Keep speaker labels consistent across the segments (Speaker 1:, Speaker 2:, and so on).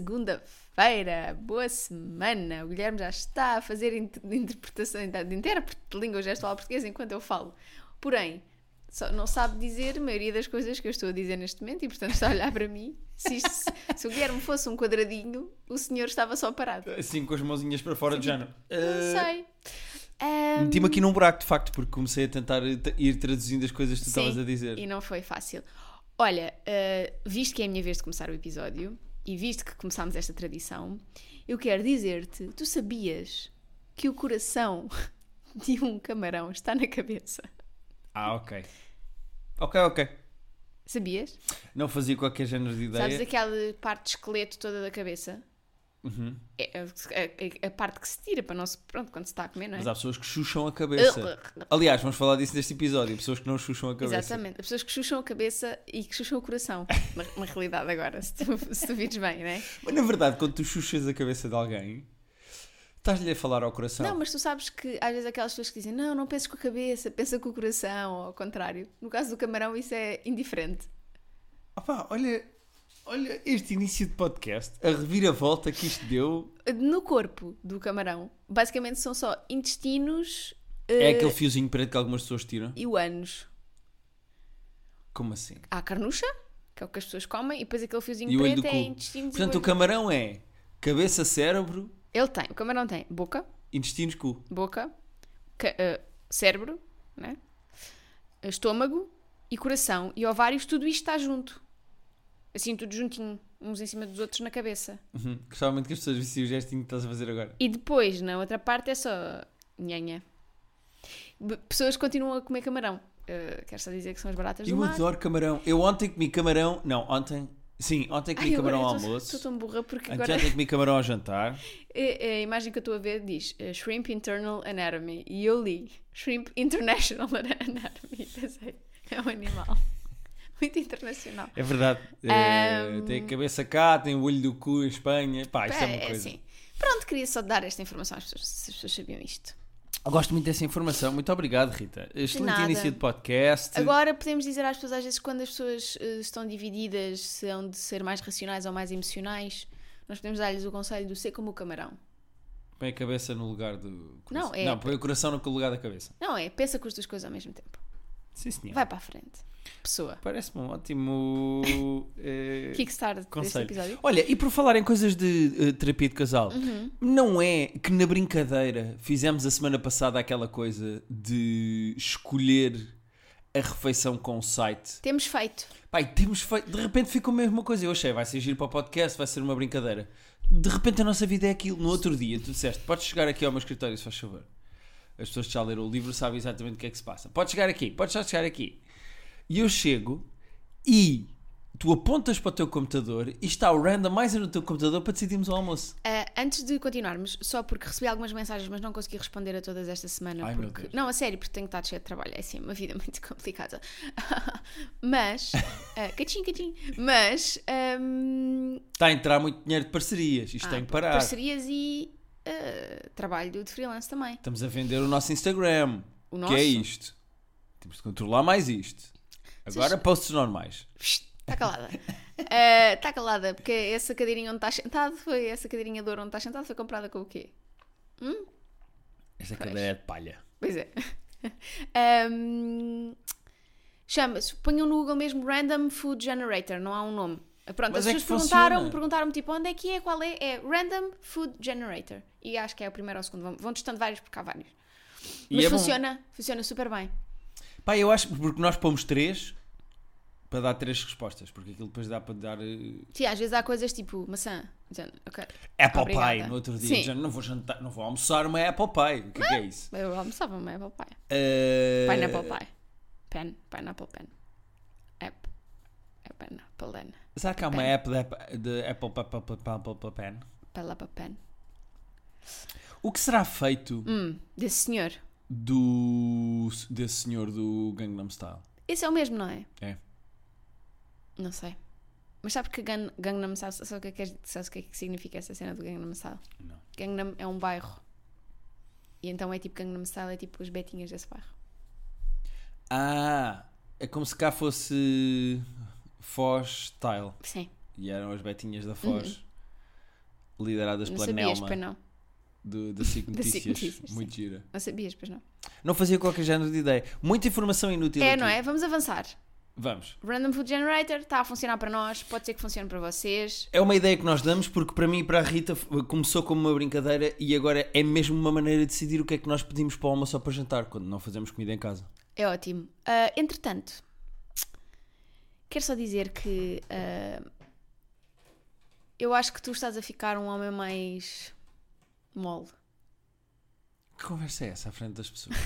Speaker 1: segunda-feira. Boa semana. O Guilherme já está a fazer int- interpretação, de intérprete de língua gestual portuguesa enquanto eu falo. Porém, só não sabe dizer a maioria das coisas que eu estou a dizer neste momento e, portanto, está a olhar para mim. Se, isto- se o Guilherme fosse um quadradinho, o senhor estava só parado.
Speaker 2: Assim, com as mãozinhas para fora, de género.
Speaker 1: tipo, Não
Speaker 2: Ah,
Speaker 1: sei. Ahm,
Speaker 2: Meti-me aqui num buraco, de facto, porque comecei a tentar t- ir traduzindo as coisas que tu
Speaker 1: Sim,
Speaker 2: estavas a dizer.
Speaker 1: E não foi fácil. Olha, eh, visto que é a minha vez de começar o episódio e visto que começámos esta tradição, eu quero dizer-te: tu sabias que o coração de um camarão está na cabeça?
Speaker 2: Ah, ok. Ok, ok.
Speaker 1: Sabias?
Speaker 2: Não fazia qualquer género de ideia.
Speaker 1: Sabes aquela parte de esqueleto toda da cabeça?
Speaker 2: Uhum.
Speaker 1: É a, a- a parte que se tira para não se. Pronto, quando se está a comer, não é?
Speaker 2: Mas há pessoas que chucham a cabeça. Aliás, vamos falar disso neste episódio. Pessoas que não chucham a cabeça.
Speaker 1: Exatamente. As pessoas que chucham a cabeça e que chucham o coração. Na, na realidade, agora, se tu, se tu vires bem, não é?
Speaker 2: Mas na verdade, quando tu chuchas a cabeça de alguém, estás-lhe a falar ao coração.
Speaker 1: Não, mas tu sabes que às vezes aquelas pessoas que dizem não, não penses com a cabeça, pensa com o coração, ou ao contrário. No caso do camarão, isso é indiferente.
Speaker 2: Opá, olha, olha este início de podcast, a reviravolta que isto deu.
Speaker 1: No corpo do camarão, basicamente são só intestinos
Speaker 2: É aquele fiozinho preto que algumas pessoas tiram.
Speaker 1: Eh, e o ânus.
Speaker 2: Como assim?
Speaker 1: Há a carnucha, que é o que as pessoas comem, e depois aquele fiozinho
Speaker 2: E o olho
Speaker 1: preto
Speaker 2: do
Speaker 1: é
Speaker 2: cu.
Speaker 1: intestinos
Speaker 2: Portanto,
Speaker 1: e
Speaker 2: o
Speaker 1: o olho.
Speaker 2: camarão é cabeça, cérebro,
Speaker 1: Ele tem, o camarão tem boca,
Speaker 2: intestinos, cu.
Speaker 1: boca, ca- eh, cérebro, né? estômago e coração e ovários, tudo isto está junto. Assim, tudo juntinho, uns em cima dos outros na cabeça.
Speaker 2: Uhum. Gostava muito que as pessoas vissem o gestinho que estás a fazer agora.
Speaker 1: E depois, na outra parte, é só nhanha. B- Pessoas continuam a comer camarão. Uh, quero só dizer que são as baratas do
Speaker 2: Eu
Speaker 1: mar.
Speaker 2: adoro camarão. Eu ontem comi camarão. Não, ontem. Sim, ontem comi
Speaker 1: Ai, agora eu
Speaker 2: camarão ao
Speaker 1: tô-
Speaker 2: almoço.
Speaker 1: Estou tão burra porque agora
Speaker 2: Anteontem comi camarão ao jantar.
Speaker 1: a, a imagem que eu estou a ver diz eh, Shrimp Internal Anatomy e eu li Shrimp International Anatomy. Pensei, é um animal muito internacional.
Speaker 2: É verdade. Eh, tem a cabeça cá, tem o olho do cu em Espanha. Pá, isto
Speaker 1: Pá,
Speaker 2: é uma
Speaker 1: é
Speaker 2: coisa.
Speaker 1: assim. Pronto, queria só dar esta informação às pessoas, se as pessoas sabiam isto.
Speaker 2: Eu gosto muito dessa informação. Muito obrigado, Rita. Excelente
Speaker 1: nada.
Speaker 2: início de podcast.
Speaker 1: Agora podemos dizer às pessoas às vezes quando as pessoas eh, estão divididas se hão de ser mais racionais ou mais emocionais, nós podemos dar-lhes o conselho do ser como o camarão.
Speaker 2: Põe a cabeça no lugar do coração.
Speaker 1: Não, é-
Speaker 2: põe o coração no lugar da cabeça.
Speaker 1: Não é? Pensa com as duas coisas ao mesmo tempo.
Speaker 2: Sim, senhor.
Speaker 1: Vai para a frente. Pessoa.
Speaker 2: Parece-me um ótimo eh,
Speaker 1: Kickstart deste
Speaker 2: conselho.
Speaker 1: episódio. Uhum.
Speaker 2: Olha, e por falar em coisas de eh, terapia de casal, não é que na brincadeira fizemos a semana passada aquela coisa de escolher a refeição com o site
Speaker 1: Temos feito.
Speaker 2: Pai, temos feito. De repente ficou a mesma coisa. Eu achei, vai ser giro para o podcast, vai ser uma brincadeira. De repente a nossa vida é aquilo. No outro dia, tu disseste, podes chegar aqui ao meu escritório, se faz favor. As pessoas que já leram o livro sabem exatamente o que é que se passa. Podes chegar aqui, podes já chegar aqui. E eu chego e tu apontas para o teu computador e está o randomizer no teu computador para decidirmos o almoço.
Speaker 1: Ah, antes de continuarmos, só porque recebi algumas mensagens, mas não consegui responder a todas esta semana.
Speaker 2: Ai, meu
Speaker 1: porque...
Speaker 2: Deus.
Speaker 1: Não, a sério, porque tenho estado cheia de trabalho. É assim, uma vida muito complicada. mas. Uh, cachim, cachim. Mas. ehm, ahm,
Speaker 2: Está a entrar muito dinheiro de parcerias. Isto
Speaker 1: Ah,
Speaker 2: tem que
Speaker 1: pô,
Speaker 2: parar.
Speaker 1: Parcerias e ah, trabalho de freelance também.
Speaker 2: Estamos a vender o nosso Instagram.
Speaker 1: O
Speaker 2: Que é
Speaker 1: nosso?
Speaker 2: isto. Temos de controlar mais isto. Agora posts normais.
Speaker 1: Está tá calada. Está calada, porque essa cadeirinha onde estás sentado foi essa cadeirinha de ouro onde estás sentado foi comprada com o quê?
Speaker 2: Esta
Speaker 1: Pois.
Speaker 2: cadeira é de palha.
Speaker 1: Pois é. Ahm, Chama-se, ponham no Google mesmo Random Food Generator, não há um nome. Ah, Pronto,
Speaker 2: Mas
Speaker 1: as
Speaker 2: é que
Speaker 1: pessoas perguntaram,
Speaker 2: funciona.
Speaker 1: perguntaram tipo onde é que é, qual é? É Random Food Generator. E acho que é o primeiro ou o segundo. Vão, vão testando vários porque há vários.
Speaker 2: E
Speaker 1: Mas
Speaker 2: é bom.
Speaker 1: funciona, funciona super bem.
Speaker 2: Pá, eu acho porque nós pomos três para dar três respostas, porque aquilo depois dá para dar eh,
Speaker 1: Sim, às vezes há coisas tipo maçã. Dizendo, ok.
Speaker 2: apple
Speaker 1: Obrigada.
Speaker 2: pie no outro dia.
Speaker 1: Sim. Ah!
Speaker 2: Já não vou jantar, não vou almoçar uma apple pie. O que é, que é isso?
Speaker 1: Eu almoçava é uma apple pie.
Speaker 2: Eh,
Speaker 1: Pineapple pie. Pen. Pineapple pen. App. É pineapple pen.
Speaker 2: Será que há uma
Speaker 1: pen.
Speaker 2: app de, app- de apple pie- apple pie- apple pie pen?
Speaker 1: Palapa pen.
Speaker 2: O que será feito
Speaker 1: Hum, desse senhor.
Speaker 2: do desse senhor do Gangnam Style?
Speaker 1: Esse é o mesmo, não é?
Speaker 2: É.
Speaker 1: Não sei. Mas sabe que Gan- Gangnam Style, sabe o que é que, é- sabes o que, é que significa essa cena do Gangnam Style?
Speaker 2: Não.
Speaker 1: Gangnam é um bairro. E então é tipo Gangnam Style, é tipo os betinhas desse bairro.
Speaker 2: Ah, é como se cá fosse Foz Style
Speaker 1: Sim.
Speaker 2: e eram as betinhas da Foz. lideradas
Speaker 1: Uhum. Não
Speaker 2: pela
Speaker 1: sabias,
Speaker 2: Nelma
Speaker 1: pois não.
Speaker 2: do, da SIC
Speaker 1: Da SIC
Speaker 2: Notícias.
Speaker 1: Notícias,
Speaker 2: Muito gira.
Speaker 1: Não sabias, pois não.
Speaker 2: Não fazia qualquer género de ideia. Muita informação inútil.
Speaker 1: É,
Speaker 2: aqui.
Speaker 1: não é? Vamos avançar.
Speaker 2: Vamos.
Speaker 1: Random Food Generator está a funcionar para nós, pode ser que funcione para vocês.
Speaker 2: É uma ideia que nós damos porque para mim e para a Rita f- começou como uma brincadeira e agora é mesmo uma maneira de decidir o que é que nós pedimos para o almoço ou para jantar quando não fazemos comida em casa.
Speaker 1: É ótimo. Ah, entretanto, quero só dizer que ah, eu acho que tu estás a ficar um homem mais mole.
Speaker 2: Que conversa é essa à frente das pessoas?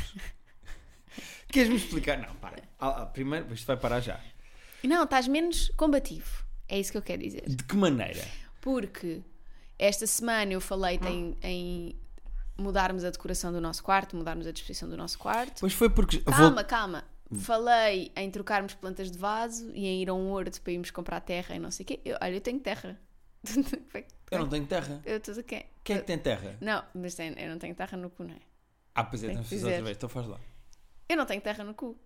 Speaker 2: Queres-me explicar? Não, para. Ah, ah, primeiro, isto vai parar já.
Speaker 1: Não, estás menos combativo. É isso que eu quero dizer.
Speaker 2: De que maneira?
Speaker 1: Porque esta semana eu falei em, em mudarmos a decoração do nosso quarto, mudarmos a disposição do nosso quarto.
Speaker 2: Pois foi porque.
Speaker 1: Calma, calma. Falei em trocarmos plantas de vaso e em ir a um horto para irmos comprar terra e não sei o quê. Eu- olha, eu tenho terra.
Speaker 2: Eu não tenho terra.
Speaker 1: eu estou aqui.
Speaker 2: Quem é que tem terra?
Speaker 1: Não, mas tem- eu não tenho terra no cu, não é?
Speaker 2: Ah, pois é,
Speaker 1: Tem que
Speaker 2: temos que fazer
Speaker 1: dizer.
Speaker 2: outra vez, então faz lá.
Speaker 1: Eu não tenho terra no cu.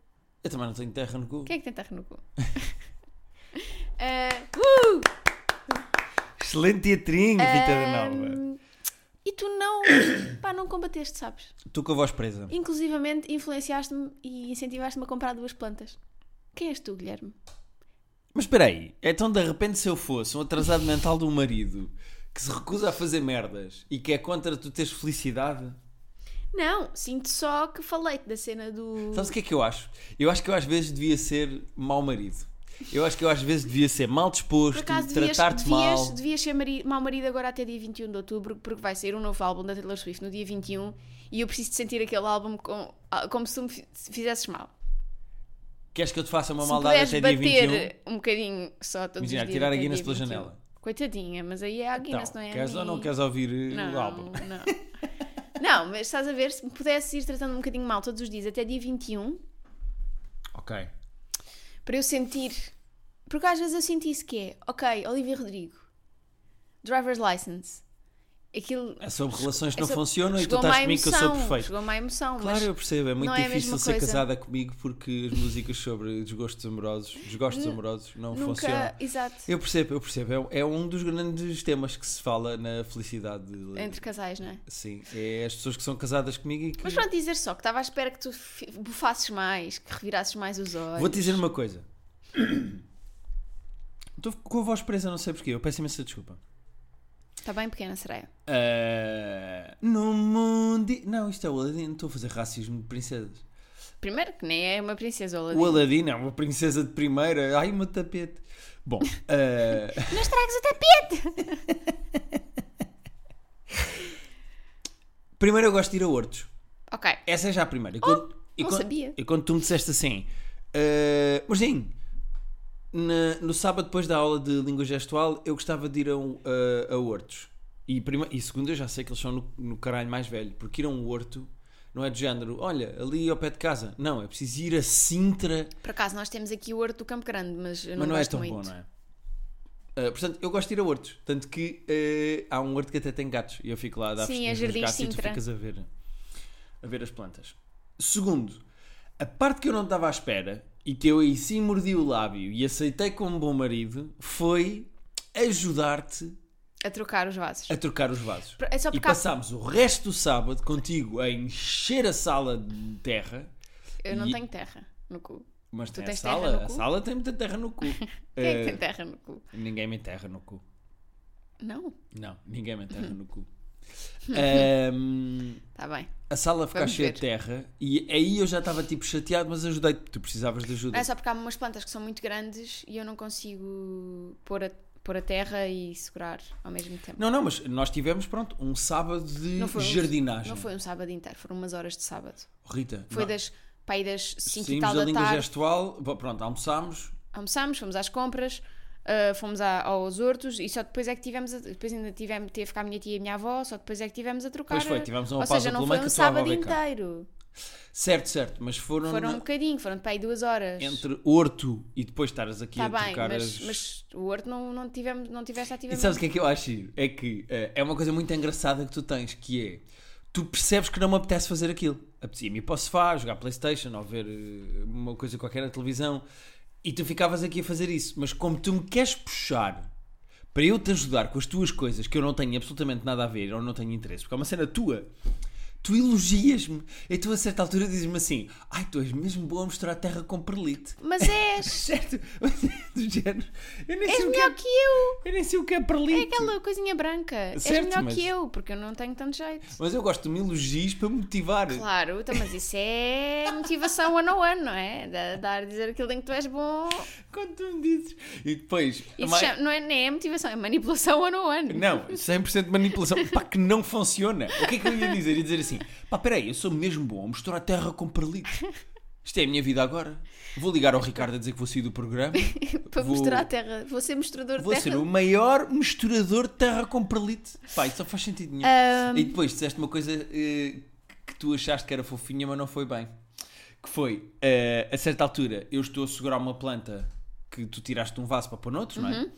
Speaker 2: Eu também não tenho terra no cu.
Speaker 1: Quem é que tem terra no cu? Ah, uh!
Speaker 2: Excelente teatrinho, Rita da Nova.
Speaker 1: Ahm, e tu não, pá, não combateste, sabes?
Speaker 2: Tu com a voz presa.
Speaker 1: Inclusivamente influenciaste-me e incentivaste-me a comprar duas plantas. Quem és tu, Guilherme?
Speaker 2: Mas espera aí, então de repente se eu fosse um atrasado mental de um marido que se recusa a fazer merdas e que é contra tu teres felicidade,
Speaker 1: Não, sinto só que falei-te da cena do.
Speaker 2: sabes o que é que eu acho? Eu acho que eu às vezes devia ser mau marido. Eu acho que eu às vezes devia ser mal
Speaker 1: Por
Speaker 2: disposto,
Speaker 1: acaso devias,
Speaker 2: tratar-te
Speaker 1: devias,
Speaker 2: mal.
Speaker 1: devias ser mari mau marido agora até dia 21 de outubro, porque vai sair um novo álbum da Taylor Swift no dia 21 e eu preciso de sentir aquele álbum com- ah, como se tu me fi- se fizesses mal.
Speaker 2: Queres que eu te faça uma
Speaker 1: se me
Speaker 2: maldade
Speaker 1: puderes
Speaker 2: até dia 21?
Speaker 1: bater um bocadinho só todos
Speaker 2: Imagina,
Speaker 1: os dias.
Speaker 2: tirar a
Speaker 1: até
Speaker 2: Guinness
Speaker 1: dia
Speaker 2: pela
Speaker 1: 21.
Speaker 2: janela.
Speaker 1: Coitadinha, mas aí é a Guinness, não é? a
Speaker 2: Então, queres ou
Speaker 1: mim.
Speaker 2: não queres ouvir eh, o
Speaker 1: Não,
Speaker 2: álbum?
Speaker 1: não. Não, mas estás a ver, se me pudesse ir tratando um bocadinho mal todos os dias até dia 21,
Speaker 2: Ok. É
Speaker 1: para eu sentir. Porque às vezes eu senti isso que é, ok, Olivia Rodrigo, driver's license. Aquilo.
Speaker 2: É sobre relações que não
Speaker 1: é sobre-
Speaker 2: funcionam e tu
Speaker 1: chegou-me à
Speaker 2: estás comigo que eu sou
Speaker 1: emoção,
Speaker 2: perfeito.
Speaker 1: Chegou-me à emoção,
Speaker 2: Claro, eu percebo. É muito
Speaker 1: não é a
Speaker 2: difícil
Speaker 1: mesma
Speaker 2: ser
Speaker 1: coisa.
Speaker 2: casada comigo porque as músicas sobre desgostos amorosos, desgostos
Speaker 1: Nu-
Speaker 2: amorosos não
Speaker 1: mas nunca.
Speaker 2: funcionam.
Speaker 1: Exato.
Speaker 2: Eu percebo, eu percebo. É um- É, um dos grandes temas que se fala na felicidade. de-
Speaker 1: Entre casais, não é?
Speaker 2: Sim, é as pessoas que são casadas comigo e que.
Speaker 1: Mas pronto, dizer só que estava à espera que tu fi- bufasses mais, que revirasses mais os olhos.
Speaker 2: Vou-te dizer uma coisa. Estou com a voz presa, não sei porquê. Eu peço imensa desculpa.
Speaker 1: Está Tá bem pequena, sereia.
Speaker 2: Ah, no mundo. Não, isto é o Aladino. Estou a fazer racismo de princesas.
Speaker 1: Primeiro que nem é uma princesa Oladinha.
Speaker 2: O Aladino é uma princesa de primeira. Ai, meu tapete. Bom, ah,
Speaker 1: Não estragues o tapete!
Speaker 2: primeiro eu gosto de ir a hortos.
Speaker 1: Ok.
Speaker 2: Essa é já a primeira. E quando, e
Speaker 1: Oh, não
Speaker 2: quando-
Speaker 1: sabia.
Speaker 2: E quando tu me disseste assim, "Ah, Jorginho, na- no sábado depois da aula de língua gestual, eu gostava de ir a, um- a- a hortos. E, prima, e segundo, eu já sei que eles são no, no caralho mais velho, porque ir a um horto não é do género, olha, ali ao pé de casa. Não, é preciso ir a Sintra,
Speaker 1: Por acaso nós temos aqui o Horto do Campo Grande, mas eu não,
Speaker 2: mas não é
Speaker 1: gosto
Speaker 2: tão
Speaker 1: muito.
Speaker 2: bom, não é? Ah, portanto, eu gosto de ir a hortos. Tanto que eh, há um horto que até tem gatos. E eu fico lá a dar
Speaker 1: Sim,
Speaker 2: festinhas
Speaker 1: é
Speaker 2: nos
Speaker 1: Jardim
Speaker 2: gatos e tu
Speaker 1: Sintra.
Speaker 2: ficas a ver, a ver as plantas. Segundo, a parte que eu não estava à espera e que eu aí sim mordi o lábio e aceitei como bom marido foi ajudar-te
Speaker 1: A trocar os vasos.
Speaker 2: é? a trocar os vasos.
Speaker 1: É só
Speaker 2: E
Speaker 1: porque há-
Speaker 2: passámos o resto do sábado contigo a encher a sala de terra.
Speaker 1: eu não
Speaker 2: e-
Speaker 1: tenho terra no cu.
Speaker 2: Mas
Speaker 1: Tu
Speaker 2: tem a
Speaker 1: tens terra
Speaker 2: sala,
Speaker 1: no
Speaker 2: a
Speaker 1: cu?
Speaker 2: sala tem muita terra no cu.
Speaker 1: Quem é que
Speaker 2: Eh,
Speaker 1: tem terra no cu?
Speaker 2: Ninguém me enterra no cu.
Speaker 1: Não.
Speaker 2: Não, ninguém me enterra no cu. Ahm,
Speaker 1: Está Tá bem.
Speaker 2: a sala fica
Speaker 1: Vamos
Speaker 2: cheia
Speaker 1: ver.
Speaker 2: de terra e aí eu já estava tipo chateado, mas ajudei-te. Tu precisavas de ajuda.
Speaker 1: Não é só porque há umas plantas que são muito grandes e eu não consigo pôr a, pôr a terra e segurar ao mesmo tempo.
Speaker 2: Não, não, mas nós tivemos, pronto, um sábado de
Speaker 1: foi um-
Speaker 2: jardinagem.
Speaker 1: Não foi um sábado inteiro, foram umas horas de sábado.
Speaker 2: Rita,
Speaker 1: Foi
Speaker 2: nós
Speaker 1: das, pá, aí das 5 e
Speaker 2: saímos
Speaker 1: tal
Speaker 2: da
Speaker 1: da
Speaker 2: língua
Speaker 1: tarde.
Speaker 2: gestual, bo- pronto, almoçámos.
Speaker 1: Almoçámos, fomos às compras, ah, fomos à- aos hortos e só depois é que tivemos. A, depois ainda tivemos, teve cá a minha tia e a minha avó, só depois é que tivemos a trocar.
Speaker 2: Pois foi,
Speaker 1: a-
Speaker 2: tivemos uma
Speaker 1: Ou
Speaker 2: pausa
Speaker 1: seja, não
Speaker 2: pelo
Speaker 1: foi
Speaker 2: meio
Speaker 1: um
Speaker 2: que eu estava a
Speaker 1: sábado
Speaker 2: ver cá.
Speaker 1: inteiro.
Speaker 2: Certo, certo, mas foram,
Speaker 1: Foram
Speaker 2: na-
Speaker 1: um bocadinho, foram para aí duas horas.
Speaker 2: entre horto e depois estares aqui
Speaker 1: Está
Speaker 2: a
Speaker 1: Tá bem,
Speaker 2: trocar
Speaker 1: mas,
Speaker 2: as...
Speaker 1: mas o horto não, não, tivemos, não tiveste
Speaker 2: E
Speaker 1: ativamente.
Speaker 2: sabes o que é que eu acho? giro? É que eh, é uma coisa muito engraçada que tu tens, que é tu percebes que não me apetece fazer aquilo. Apetecia-me ir para o sofá, jogar Playstation ou ver eh, uma coisa qualquer na televisão e tu ficavas aqui a fazer isso. Mas como tu me queres puxar para eu te ajudar com as tuas coisas que eu não tenho absolutamente nada a ver ou não tenho interesse, porque é uma cena tua. Tu elogias-me, e tu a certa altura dizes-me assim: Ai, tu és mesmo boa a misturar terra com perlite.
Speaker 1: Mas és.
Speaker 2: Certo? Mas é do género. Eu nem,
Speaker 1: És
Speaker 2: sei o que é,
Speaker 1: melhor que eu!
Speaker 2: eu nem sei o que é perlite.
Speaker 1: É aquela coisinha branca. és
Speaker 2: Certo,
Speaker 1: melhor
Speaker 2: mas-
Speaker 1: que eu, porque eu não tenho tanto jeito.
Speaker 2: Mas eu gosto de me elogios para me motivar.
Speaker 1: Claro, então, mas isso é motivação one on one, não é? Da- Dar, dizer aquilo em que tu és bom.
Speaker 2: Quando tu me dizes. E depois. a
Speaker 1: Isso
Speaker 2: mais-
Speaker 1: chama- não é, nem é motivação, é manipulação one on one.
Speaker 2: Não, 100% de manipulação. Pá, que não funciona. O que é que eu ia dizer? Ia dizer assim: pá, peraí, eu sou mesmo bom a misturar terra com perlite. Isto é a minha vida agora. Vou ligar ao Ricardo a dizer que vou sair do programa.
Speaker 1: Para
Speaker 2: Vou-
Speaker 1: misturar a terra. Vou ser misturador de
Speaker 2: Vou
Speaker 1: terra.
Speaker 2: ser o maior misturador de terra com perlite. Pá, isso não faz sentido nenhum.
Speaker 1: Ahm.
Speaker 2: E depois disseste uma coisa eh, que tu achaste que era fofinha, mas não foi bem. Que foi, eh, a certa altura, eu estou a segurar uma planta que tu tiraste de um vaso para pôr noutro, não é?
Speaker 1: Uhum.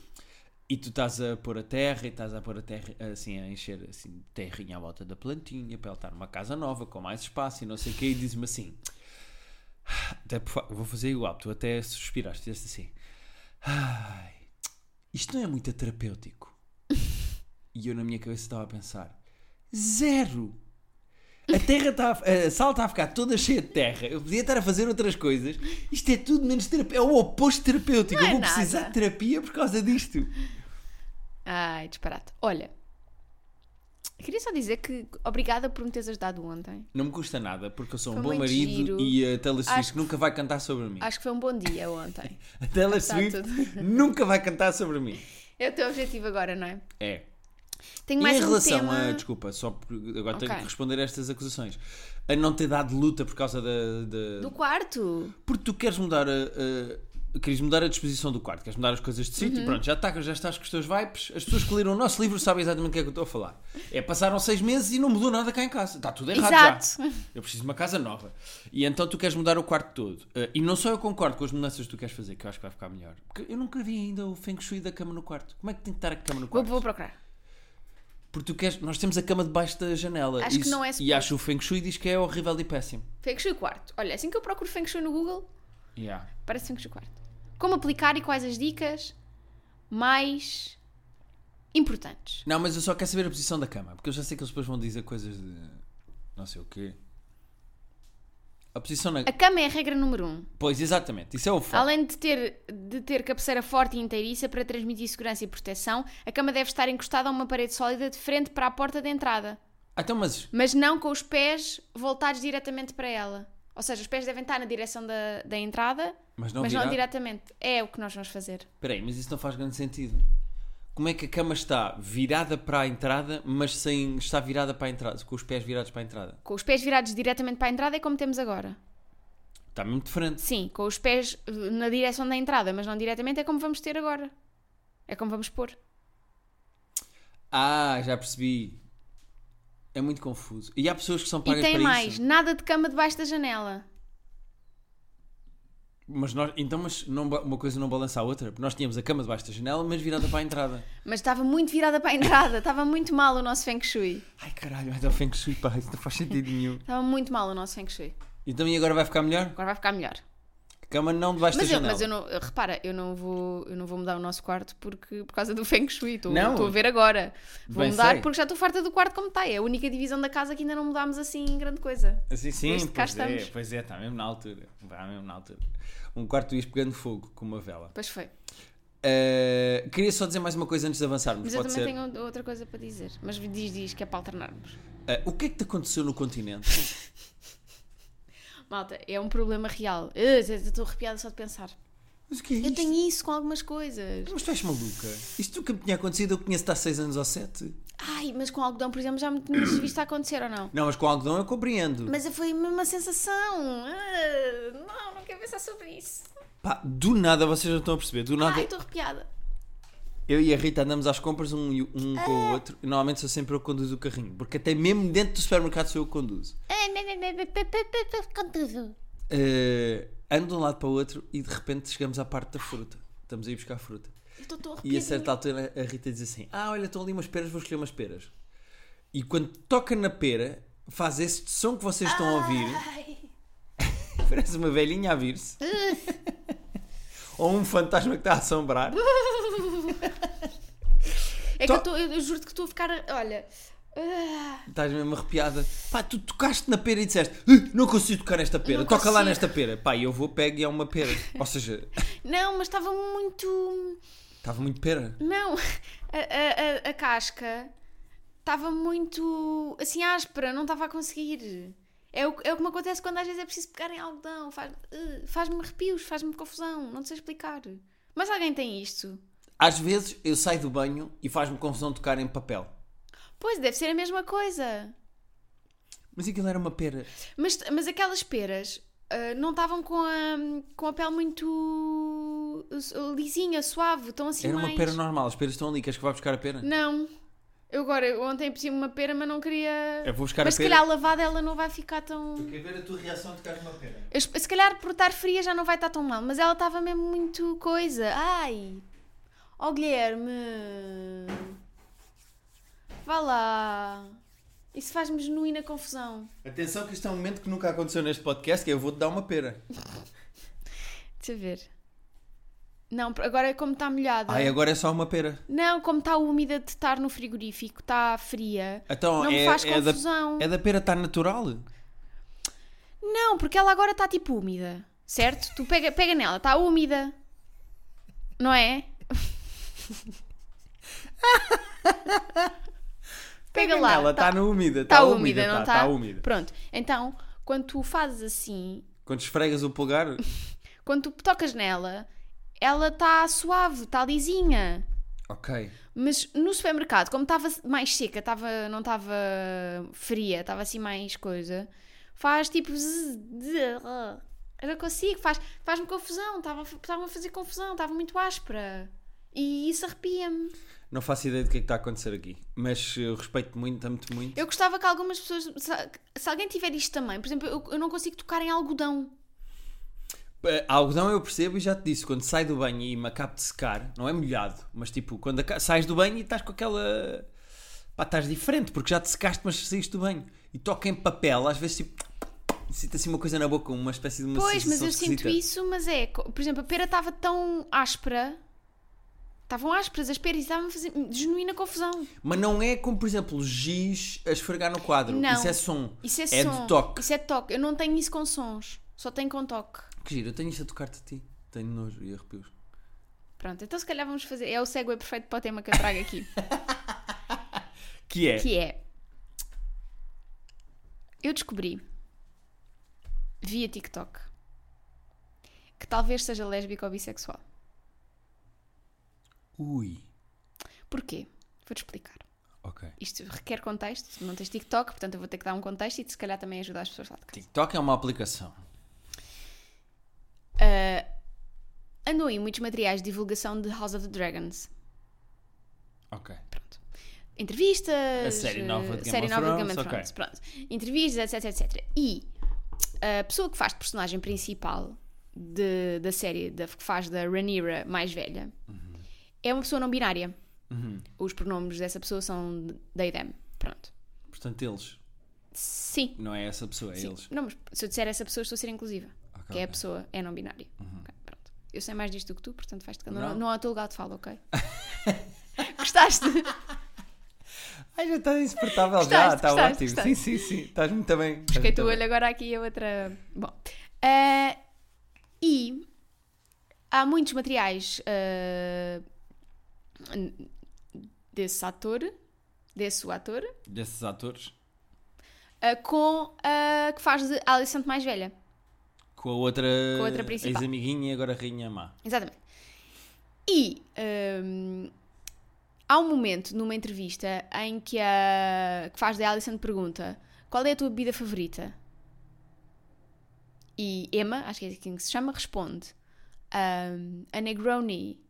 Speaker 2: E tu estás a pôr a terra e estás a pôr a terra, assim, a encher assim, terrinha à volta da plantinha para ela estar numa casa nova, com mais espaço e não sei o quê, e diz-me assim. "Ah, Até por fa- vou fazer igual, tu até suspiraste, fizeste assim. Ai, isto não é muito terapêutico. e eu na minha cabeça estava a pensar: zero! A terra está a, a sala está a ficar toda cheia de terra. Eu podia estar a fazer outras coisas. Isto é tudo menos terapêutico. É o oposto
Speaker 1: Não
Speaker 2: terapêutico. eu
Speaker 1: é
Speaker 2: vou precisar
Speaker 1: nada.
Speaker 2: de terapia por causa disto.
Speaker 1: Ai, disparate. Olha, queria só dizer que obrigada por me teres ajudado ontem.
Speaker 2: Não me custa nada, porque eu sou um
Speaker 1: Foi
Speaker 2: bom
Speaker 1: muito
Speaker 2: marido
Speaker 1: giro.
Speaker 2: e a Taylor Swift
Speaker 1: Acho que-
Speaker 2: nunca vai cantar sobre mim.
Speaker 1: Acho que foi um bom dia ontem.
Speaker 2: A Taylor
Speaker 1: Está
Speaker 2: Swift
Speaker 1: tudo.
Speaker 2: nunca vai cantar sobre mim.
Speaker 1: É o teu objetivo agora, não é?
Speaker 2: É.
Speaker 1: Tenho
Speaker 2: E
Speaker 1: mais
Speaker 2: em
Speaker 1: um
Speaker 2: relação
Speaker 1: tema.
Speaker 2: a. Desculpa, só porque agora tenho
Speaker 1: Ok.
Speaker 2: que responder a estas acusações. A não ter dado luta por causa da. da-
Speaker 1: Do quarto.
Speaker 2: Porque tu queres mudar a. a- Queres mudar a disposição do quarto, queres mudar as coisas de sítio,
Speaker 1: Uhum.
Speaker 2: pronto, já, tá, já estás com os teus vipes. As pessoas que leram o nosso livro sabem exatamente o que é que eu estou a falar. É, passaram seis meses e não mudou nada cá em casa. Está tudo errado já.
Speaker 1: Exato.
Speaker 2: Eu preciso de uma casa nova. E então tu queres mudar o quarto todo. Eh, e não só eu concordo com as mudanças que tu queres fazer, que eu acho que vai ficar melhor. Porque eu nunca vi ainda o Feng Shui da cama no quarto. Como é que tem que estar a cama no
Speaker 1: Vou,
Speaker 2: quarto?
Speaker 1: vou procurar.
Speaker 2: Porque tu queres... nós temos a cama debaixo da janela.
Speaker 1: Acho que não é
Speaker 2: E
Speaker 1: suposto.
Speaker 2: acho o Feng Shui diz que é horrível e péssimo.
Speaker 1: Feng Shui quarto. Olha, assim que eu procuro Feng Shui no Google,
Speaker 2: Yeah.
Speaker 1: parece Feng Shui quarto. Como aplicar e quais as dicas mais importantes.
Speaker 2: Não, mas eu só quero saber a posição da cama. Porque eu já sei que eles depois vão dizer coisas de. não sei o quê. A posição na.
Speaker 1: A cama é a regra número um.
Speaker 2: Pois, exatamente. Isso é o foco.
Speaker 1: Além de ter, de ter cabeceira forte e inteiriça para transmitir segurança e proteção, a cama deve estar encostada a uma parede sólida de frente para a porta de entrada,
Speaker 2: Ah, Então, mas.
Speaker 1: mas não com os pés voltados diretamente para ela. Ou seja, os pés devem estar na direção da, da entrada,
Speaker 2: Mas não
Speaker 1: mas
Speaker 2: virado.
Speaker 1: não diretamente. É o que nós vamos fazer.
Speaker 2: Espera aí, mas isso não faz grande sentido. Como é que a cama está virada para a entrada, mas sem estar virada para a entrada, com os pés virados para a entrada?
Speaker 1: Com os pés virados diretamente para a entrada é como temos agora.
Speaker 2: Está mesmo diferente.
Speaker 1: Sim, com os pés eh, na direção da entrada, mas não diretamente é como vamos ter agora. É como vamos pôr.
Speaker 2: Ah, já percebi. É muito confuso. E há pessoas que são pagas
Speaker 1: e tem
Speaker 2: para
Speaker 1: mais, né?
Speaker 2: isso.
Speaker 1: nada de cama debaixo da janela.
Speaker 2: Mas nós, então, mas não ba- uma coisa não balança a outra. Porque nós tínhamos a cama debaixo da janela, mas virada para a entrada.
Speaker 1: Mas estava muito virada para a entrada, estava muito mal o nosso Feng Shui.
Speaker 2: Ai caralho, mas é o Feng Shui, pá, isso não faz sentido nenhum.
Speaker 1: Estava muito mal o nosso Feng Shui.
Speaker 2: Então e agora vai ficar melhor?
Speaker 1: Agora vai ficar melhor.
Speaker 2: Cama não debaixo
Speaker 1: Mas
Speaker 2: da
Speaker 1: eu,
Speaker 2: janela.
Speaker 1: mas eu não, repara, eu não vou, eu não vou mudar o nosso quarto porque por causa do Feng Shui, estou
Speaker 2: Não.
Speaker 1: estou a ver agora. Vou
Speaker 2: Bem
Speaker 1: mudar
Speaker 2: sei.
Speaker 1: porque já estou farta do quarto como está. É a única divisão da casa que ainda não mudámos assim grande coisa.
Speaker 2: Assim, sim,
Speaker 1: Desde que cá
Speaker 2: pois é,
Speaker 1: estamos.
Speaker 2: pois é, está mesmo na altura. Está mesmo na altura. Um quarto isto pegando fogo com uma vela.
Speaker 1: Pois foi.
Speaker 2: Uh, queria só dizer mais uma coisa antes de avançarmos.
Speaker 1: Mas eu
Speaker 2: Pode
Speaker 1: também
Speaker 2: ser.
Speaker 1: tenho outra coisa para dizer. Mas diz, diz que é para alternarmos.
Speaker 2: Uh, o que é que te aconteceu no continente?
Speaker 1: Malta, é um problema real. Ah, eu Estou arrepiada só de pensar.
Speaker 2: Mas o que é
Speaker 1: Eu
Speaker 2: isto?
Speaker 1: tenho isso com algumas coisas.
Speaker 2: Mas tu és maluca? Isto nunca me tinha acontecido, eu conheço-te há 6 anos ou 7.
Speaker 1: Ai, mas com algodão, por exemplo, já me tinhas visto acontecer ou não?
Speaker 2: Não, mas com algodão eu compreendo.
Speaker 1: Mas foi a mesma sensação. Ah, não, não quero pensar sobre isso.
Speaker 2: Pá, do nada vocês não estão a perceber. Do nada
Speaker 1: Ai, estou arrepiada.
Speaker 2: eu e a Rita andamos às compras um, e- um com o outro e normalmente sou sempre eu que conduzo o carrinho. Porque até mesmo dentro do supermercado sou eu que conduzo.
Speaker 1: Ai, Eh, me, me, me, me, pe, pe, pe, pe, Com tudo.
Speaker 2: Uh, ando de um lado para o outro e de repente chegamos à parte da fruta. Estamos a ir buscar fruta.
Speaker 1: Eu Estou tão
Speaker 2: E a
Speaker 1: arrepiada.
Speaker 2: certa altura a Rita diz assim: Ah, olha, estão ali umas peras, vou escolher umas peras. E quando toca na pera, faz esse som que vocês
Speaker 1: Ah.
Speaker 2: estão a ouvir,
Speaker 1: Ai.
Speaker 2: parece uma velhinha a vir-se. Ou um fantasma que está a assombrar.
Speaker 1: É que
Speaker 2: Tó-
Speaker 1: eu, tô- eu- eu juro-te que estou a ficar. Olha. ah,
Speaker 2: Estás mesmo arrepiada. Pá, tu tocaste na pera e disseste: "Ah, Não consigo tocar nesta pera,
Speaker 1: Não
Speaker 2: toca lá
Speaker 1: consigo."
Speaker 2: nesta pera. Pá, e eu vou, pego e é uma pera. Ou seja,
Speaker 1: Não, mas estava muito.
Speaker 2: estava muito pera.
Speaker 1: Não, a, a- a- a casca estava muito assim áspera, não estava a conseguir. É o, que- é o que me acontece quando às vezes é preciso pegar em algodão, faz- eh, faz-me arrepios, faz-me confusão, não sei explicar. Mas alguém tem isto?
Speaker 2: Às vezes eu saio do banho e faz-me confusão tocar em papel.
Speaker 1: Pois, deve ser a mesma coisa.
Speaker 2: Mas aquilo era uma pera.
Speaker 1: Mas, mas aquelas peras ah, não estavam com a, com a pele muito uh, lisinha, suave, estão assim
Speaker 2: Era
Speaker 1: mais...
Speaker 2: uma pera normal. As peras estão ali. Queres que eu vá buscar a pera?
Speaker 1: Não. Eu agora, eu ontem pedi uma pera, mas não queria...
Speaker 2: Eu vou buscar
Speaker 1: mas
Speaker 2: a
Speaker 1: se
Speaker 2: pera.
Speaker 1: calhar lavada ela não vai ficar tão...
Speaker 2: Quer ver a tua reação a tocar uma pera?
Speaker 1: Eu esp- se calhar por estar fria já não vai estar tão mal, mas ela estava mesmo muito coisa. Ai! Ó Guilherme! Vá lá! Isso faz-me genuína confusão.
Speaker 2: Atenção que isto é um momento que nunca aconteceu neste podcast, que é eu vou-te dar uma pera.
Speaker 1: Deixa eu ver. Não, por- agora é como está molhada.
Speaker 2: Ai, agora é só uma pera.
Speaker 1: Não, como está úmida de estar no frigorífico, está fria.
Speaker 2: Então,
Speaker 1: não
Speaker 2: é,
Speaker 1: me faz
Speaker 2: é da,
Speaker 1: confusão.
Speaker 2: é da pera estar natural?
Speaker 1: Não, porque ela agora está tipo úmida, certo? Tu pega, pega nela, está úmida. Não é? pega lá.
Speaker 2: Ela está na úmida.
Speaker 1: Está
Speaker 2: tá
Speaker 1: úmida, não
Speaker 2: tá,
Speaker 1: está?
Speaker 2: tá úmida.
Speaker 1: Pronto. Então, quando tu fazes assim,
Speaker 2: Quando esfregas o polegar,
Speaker 1: quando tu tocas nela, ela está suave, está lisinha.
Speaker 2: ok.
Speaker 1: Mas no supermercado, como estava mais seca, tava, não estava fria, estava assim mais coisa, faz tipo. zzz, zzz, ah. Eu não consigo, faz- faz-me confusão, estava-me a fazer confusão, estava muito áspera. E isso arrepia-me.
Speaker 2: Não faço ideia do que é que está a acontecer aqui. Mas eu respeito-te muito, amo-te muito.
Speaker 1: Eu gostava que algumas pessoas. Se, se alguém tiver isto também, por exemplo, eu, eu não consigo tocar em algodão.
Speaker 2: Eh, Algodão eu percebo e já te disse, quando sai do banho e me acabo de secar, não é molhado, mas tipo, quando aca- sais do banho e estás com aquela. pá, estás diferente, porque já te secaste, mas saíste do banho. E toca em papel, às vezes tipo. sinto assim uma coisa na boca, uma espécie de uma
Speaker 1: pois, mas
Speaker 2: sensação
Speaker 1: eu
Speaker 2: esquisita.
Speaker 1: sinto isso, mas é. co- Por exemplo, a pera estava tão áspera. Estavam ásperas as peras e estava-me a fazer genuína confusão.
Speaker 2: Mas não é como, por exemplo, giz a esfregar no quadro.
Speaker 1: Não.
Speaker 2: Isso é som.
Speaker 1: Isso é,
Speaker 2: É
Speaker 1: som.
Speaker 2: de toque.
Speaker 1: Isso é de toque. Eu não tenho isso com sons. Só tenho com toque.
Speaker 2: Que giro, eu tenho isto a tocar-te a ti. Tenho nojo e arrepios.
Speaker 1: Pronto, então se calhar vamos fazer. É o segue perfeito para o tema que eu trago aqui.
Speaker 2: Que é?
Speaker 1: que é. Eu descobri. Via TikTok. Que talvez seja lésbica ou bissexual.
Speaker 2: Ui.
Speaker 1: Porquê? Vou-te explicar.
Speaker 2: Ok.
Speaker 1: Isto requer contexto. Tu Não tens TikTok, portanto eu vou ter que dar um contexto e se calhar também ajudar as pessoas lá de casa.
Speaker 2: TikTok é uma aplicação.
Speaker 1: Andam aí muitos materiais de divulgação de House of the Dragons.
Speaker 2: Ok.
Speaker 1: Pronto. Entrevistas. eh,
Speaker 2: A série nova de Game
Speaker 1: série
Speaker 2: of
Speaker 1: nova
Speaker 2: Thrones,
Speaker 1: de Game of Thrones.
Speaker 2: ok.
Speaker 1: Pronto. Entrevistas, etc, etc. E a pessoa que faz de personagem principal de- da série, da, que faz da Rhaenyra mais velha,
Speaker 2: Uhum.
Speaker 1: é uma pessoa não binária. Os pronomes dessa pessoa são they, them. Pronto.
Speaker 2: Portanto, eles.
Speaker 1: Sim.
Speaker 2: Não é essa pessoa, é
Speaker 1: Sim.
Speaker 2: eles.
Speaker 1: Não, mas se eu disser essa pessoa, estou a ser inclusiva.
Speaker 2: Ok,
Speaker 1: que é a
Speaker 2: ok.
Speaker 1: pessoa, é não binária. Ok, pronto. Eu sei mais disto do que tu, portanto faz-te calor.
Speaker 2: Não.
Speaker 1: Não, não é o teu lugar de fala, ok? Gostaste?
Speaker 2: Ai, já está insuportável já,
Speaker 1: Gostaste,
Speaker 2: está
Speaker 1: gostaste,
Speaker 2: ótimo.
Speaker 1: gostaste.
Speaker 2: Sim, sim, sim. Estás muito bem. Então, estás
Speaker 1: Fiquei
Speaker 2: muito
Speaker 1: tu
Speaker 2: bem.
Speaker 1: olho agora aqui a outra. Bom. ah, e há muitos materiais ah, n- desse ator, desse o ator,
Speaker 2: Desses atores,
Speaker 1: ah, com a que faz de Alicent mais velha.
Speaker 2: com a outra,
Speaker 1: Com a outra principal.
Speaker 2: ex-amiguinha e agora rainha má.
Speaker 1: Exatamente. E hum, há um momento numa entrevista em que a que faz da Alison pergunta qual é a tua bebida favorita? E Emma, acho que é assim que se chama, responde hum, a Negroni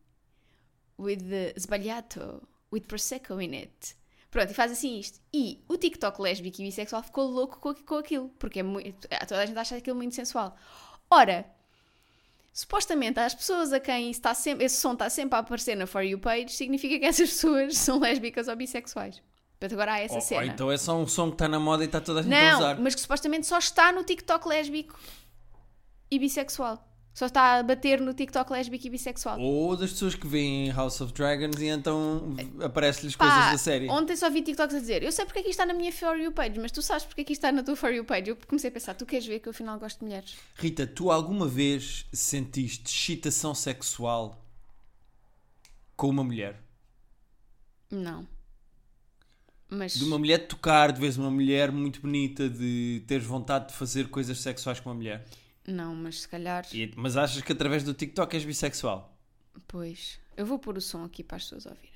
Speaker 1: with the sbagliato with prosecco in it. Pronto, e faz assim isto. E o TikTok lésbico e bissexual ficou louco com, aqui- com aquilo, porque é muito, toda a gente acha aquilo muito sensual. Ora, supostamente às pessoas a quem isso está sempre, esse som está sempre a aparecer na For You page, significa que essas pessoas são lésbicas ou bissexuais. Portanto, agora há essa
Speaker 2: Ou- ou
Speaker 1: cena.
Speaker 2: então é só um som que está na moda e está toda a gente a
Speaker 1: Não,
Speaker 2: usar.
Speaker 1: mas que supostamente só está no TikTok lésbico e bissexual. Só está a bater no TikTok lésbico e bissexual.
Speaker 2: Ou das pessoas que veem House of Dragons e então aparecem-lhes
Speaker 1: É. Pá,
Speaker 2: coisas da série.
Speaker 1: Ontem só vi TikToks a dizer: Eu sei porque aqui está na minha For You page, mas tu sabes porque aqui está na tua For You page. Eu comecei a pensar: Tu queres ver que eu afinal gosto de mulheres?
Speaker 2: Rita, tu alguma vez sentiste excitação sexual com uma mulher?
Speaker 1: Não. Mas.
Speaker 2: De uma mulher de tocar, de vez uma mulher muito bonita, de teres vontade de fazer coisas sexuais com uma mulher.
Speaker 1: Não, mas se calhar.
Speaker 2: E- mas achas que através do TikTok és bissexual?
Speaker 1: Pois. Eu vou pôr o som aqui para as pessoas ouvirem.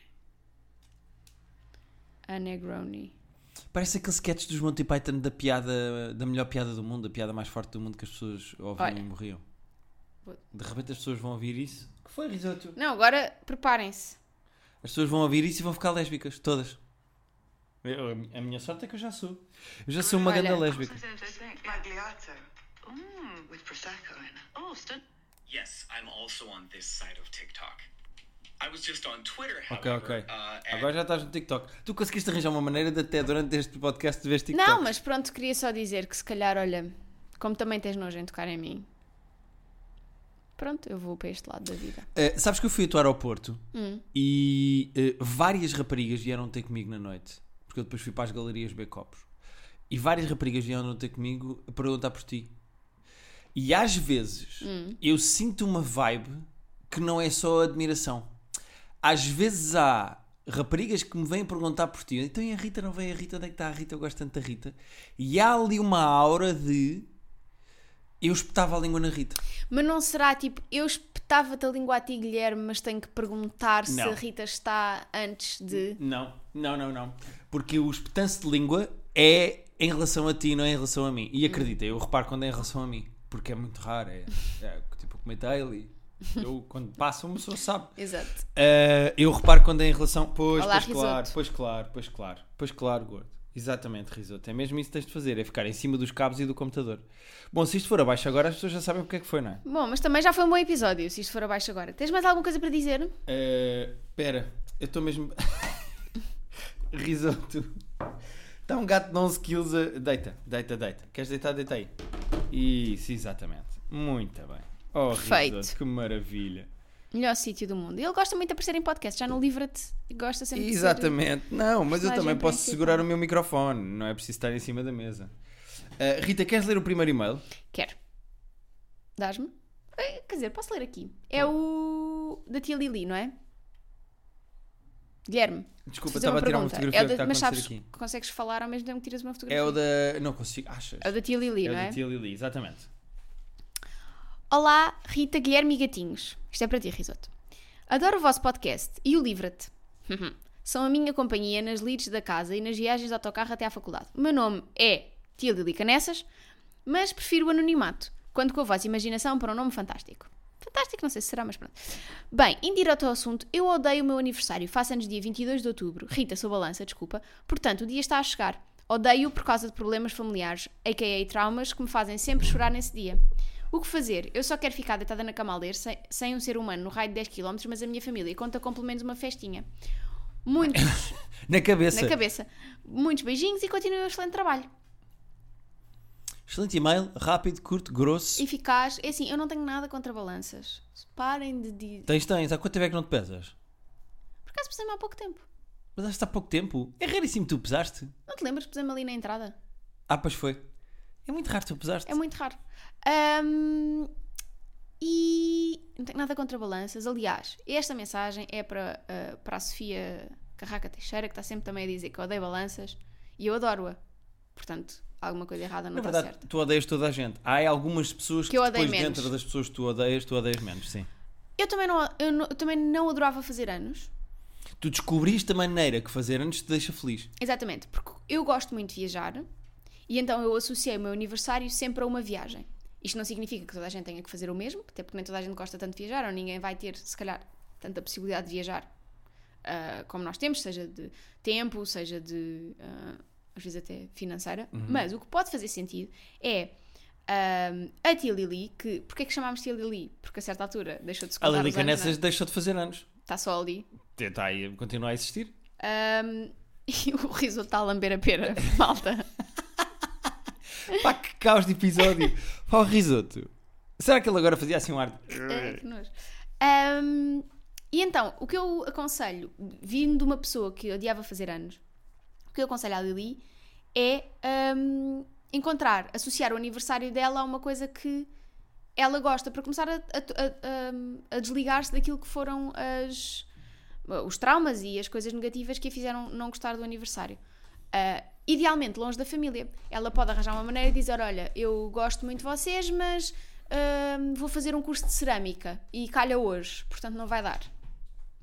Speaker 1: A Negroni.
Speaker 2: Parece aquele sketch dos Monty Python da piada, da melhor piada do mundo, a piada mais forte do mundo que as pessoas ouviam
Speaker 1: Olha.
Speaker 2: e morriam.
Speaker 1: Vou-
Speaker 2: De repente as pessoas vão ouvir isso. que foi, risoto?
Speaker 1: Não, agora preparem-se.
Speaker 2: As pessoas vão ouvir isso e vão ficar lésbicas, todas. Eu- a mi- a minha sorte é que eu já sou. Eu já sou uma
Speaker 1: Olha.
Speaker 2: grande lésbica.
Speaker 3: Magliato. Mm. With Prosecco in it.
Speaker 4: Oh, stood.
Speaker 5: Yes, I'm also on this side of TikTok. I was just on Twitter,
Speaker 2: Ok, ok.
Speaker 5: however. Uh, and
Speaker 2: Agora já estás no TikTok. Tu conseguiste arranjar uma maneira de até durante este podcast de ver TikTok.
Speaker 1: Não, mas pronto, queria só dizer que se calhar, olha, como também tens nojo em tocar em mim. Pronto, eu vou para este lado da vida.
Speaker 2: Uh, sabes que eu fui atuar ao Porto e uh, várias raparigas vieram ter comigo na noite, porque eu depois fui para as galerias B Copos. E várias raparigas vieram ter comigo a perguntar por ti. E às vezes eu sinto uma vibe que não é só admiração. Às vezes há raparigas que me vêm perguntar por ti. Então e a Rita não vem? A Rita, onde é que está a Rita? Eu gosto tanto da Rita. E há ali uma aura de. Eu espetava a língua na Rita.
Speaker 1: Mas não será tipo, eu espetava-te a língua a ti, Guilherme, mas tenho que perguntar se
Speaker 2: Não. Hum.
Speaker 1: a Rita está antes de.
Speaker 2: Não, não, não, não. Porque o espetance de língua é em relação a ti, não é em relação a mim. E acredita, eu reparo quando é em relação a mim. Porque é muito raro. É, é tipo, comenta ele. Eu, quando passa, uma pessoa sabe.
Speaker 1: Exato.
Speaker 2: Ah, eu reparo quando é em relação. Pois,
Speaker 1: Olá,
Speaker 2: pois claro,
Speaker 1: risoto.
Speaker 2: pois claro, pois claro, pois claro, gordo. Exatamente, risoto. É mesmo isso que tens de fazer, é ficar em cima dos cabos e do computador. Bom, se isto for abaixo agora, as pessoas já sabem porque é que foi, não é?
Speaker 1: Bom, mas também já foi um bom episódio, se isto for abaixo agora. Tens mais alguma coisa para dizer?
Speaker 2: Uh, pera, eu estou mesmo. Risoto. Está um gato de 11 quilos a. Deita, deita, deita. Queres deitar? Deita aí. Isso, exatamente. Muito bem. Oh,
Speaker 1: Perfeito.
Speaker 2: risoto, que maravilha.
Speaker 1: Melhor sítio do mundo. Ele gosta muito de aparecer em podcast, já não livra-te. Gosta sempre de
Speaker 2: Exatamente. Não, mas eu
Speaker 1: personagem
Speaker 2: também posso
Speaker 1: principal.
Speaker 2: segurar o meu microfone. Não é preciso estar em cima da mesa. Uh, Rita, queres ler o primeiro e-mail?
Speaker 1: ser... Quero. Dás-me? Eh, Quer dizer, posso ler aqui. É o da tia Lili, não é? Guilherme.
Speaker 2: Desculpa,
Speaker 1: fazer
Speaker 2: estava a tirar uma
Speaker 1: pergunta.
Speaker 2: fotografia
Speaker 1: É o
Speaker 2: que
Speaker 1: da-
Speaker 2: está a
Speaker 1: Mas
Speaker 2: acontecer
Speaker 1: sabes,
Speaker 2: aqui.
Speaker 1: consegues falar ao mesmo tempo que tiras uma fotografia?
Speaker 2: É o da. Não consigo. Achas?
Speaker 1: É o da tia Lili,
Speaker 2: É o
Speaker 1: não é?
Speaker 2: da tia Lili, exatamente.
Speaker 1: Olá, Rita, Guilherme e Gatinhos. Isto é para ti, risoto. Adoro o vosso podcast e o Livra-te. São a minha companhia nas lides da casa e nas viagens de autocarro até à faculdade. O meu nome é Tia Lili Canessas, mas prefiro o anonimato, quando com a vossa imaginação para um nome fantástico. Fantástico, não sei se será, mas pronto. Bem, indo direto ao assunto, eu odeio o meu aniversário. Faço anos dia 22 de outubro. Rita, sou balança, desculpa. Portanto, o dia está a chegar. Odeio-o por causa de problemas familiares, a.k.a. traumas, que me fazem sempre chorar nesse dia. O que fazer? Eu só quero ficar deitada na cama a ler, sem, sem um ser humano no raio de 10km, mas a minha família conta com pelo menos uma festinha. Muitos,
Speaker 2: Na cabeça.
Speaker 1: na cabeça. Muitos beijinhos e continue o excelente trabalho.
Speaker 2: Excelente e-mail, rápido, curto, grosso.
Speaker 1: Eficaz. É assim, eu não tenho nada contra balanças. Parem de dizer.
Speaker 2: Tens, tens. Há quanto tempo é que não te pesas?
Speaker 1: Por acaso pesei-me há pouco tempo.
Speaker 2: Mas há pouco tempo. É raríssimo tu pesaste.
Speaker 1: Não te lembras? Pesei-me ali na entrada.
Speaker 2: Ah, pois foi. É muito raro tu pesaste.
Speaker 1: É muito raro. Ahm, e não tenho nada contra balanças. Aliás, esta mensagem é para, ah, para a Sofia Carraca Teixeira, que está sempre também a dizer que eu odeio balanças e eu adoro-a. Portanto, alguma coisa errada não
Speaker 2: Na
Speaker 1: está
Speaker 2: verdade,
Speaker 1: certa.
Speaker 2: tu odeias toda a gente. Há algumas pessoas que,
Speaker 1: Que eu odeio
Speaker 2: depois
Speaker 1: menos.
Speaker 2: dentro das pessoas que tu odeias, tu odeias menos, sim.
Speaker 1: Eu também, não, eu, não- eu também não adorava fazer anos.
Speaker 2: Tu descobriste a maneira que fazer antes te deixa feliz.
Speaker 1: Exatamente, porque eu gosto muito de viajar e então eu associei o meu aniversário sempre a uma viagem. Isto não significa que toda a gente tenha que fazer o mesmo, até porque nem toda a gente gosta tanto de viajar, ou ninguém vai ter, se calhar, tanta possibilidade de viajar ah, como nós temos, seja de tempo, seja de, ah, às vezes até financeira. Mas o que pode fazer sentido é ah, a tia Lili, que, porque é que chamámos tia Lili? Porque a certa altura deixou de se
Speaker 2: A
Speaker 1: contar
Speaker 2: Lilica
Speaker 1: os
Speaker 2: nessas
Speaker 1: anos,
Speaker 2: deixou de fazer anos.
Speaker 1: está só ali.
Speaker 2: Está aí, continua a existir.
Speaker 1: Ahm, e o riso está a lamber a pera, malta.
Speaker 2: Pá, que caos de episódio. Pá, o risoto. Será que ele agora fazia assim um ar? de-
Speaker 1: É, que nojo. Ahm, e então, o que eu aconselho, vindo de uma pessoa que odiava fazer anos, o que eu aconselho à Lili é ahm, encontrar, associar o aniversário dela a uma coisa que ela gosta, para começar a, a- a- a- a desligar-se daquilo que foram as, os traumas e as coisas negativas que a fizeram não gostar do aniversário. Ah, idealmente, longe da família. Ela pode arranjar uma maneira de dizer: Olha, eu gosto muito de vocês, mas ahm, vou fazer um curso de cerâmica e calha hoje, portanto não vai dar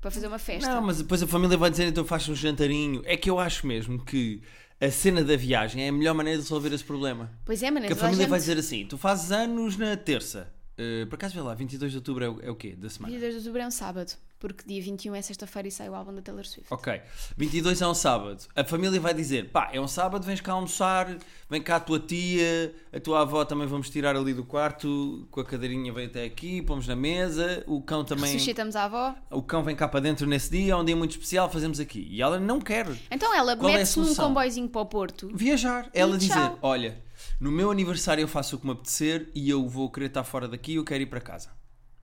Speaker 1: para fazer uma festa.
Speaker 2: Não, mas depois a família vai dizer então faz um jantarinho. É que eu acho mesmo que a cena da viagem é a melhor maneira de resolver esse problema.
Speaker 1: Pois é, mas
Speaker 2: Que a
Speaker 1: toda
Speaker 2: família
Speaker 1: gente-
Speaker 2: vai dizer assim: tu fazes anos na terça. Eh, por acaso, vê lá, 22 de outubro é, o- é o quê? Da semana?
Speaker 1: 22 de outubro é um sábado, porque dia 21 é sexta-feira e sai o álbum da Taylor Swift.
Speaker 2: Ok. 22 é um sábado. A família vai dizer: pá, é um sábado, vens cá almoçar, vem cá a tua tia, a tua avó também vamos tirar ali do quarto, com a cadeirinha vem até aqui, pomos na mesa, o cão também.
Speaker 1: Suscitamos a avó.
Speaker 2: O cão vem cá para dentro nesse dia, é um dia muito especial, fazemos aqui. E ela não quer
Speaker 1: Então ela
Speaker 2: Qual é a
Speaker 1: mete-se num
Speaker 2: solução?
Speaker 1: comboizinho para o Porto.
Speaker 2: viajar. Ela dizer:
Speaker 1: tchau.
Speaker 2: olha, no meu aniversário eu faço o que me apetecer e eu vou querer estar fora daqui, eu quero ir para casa.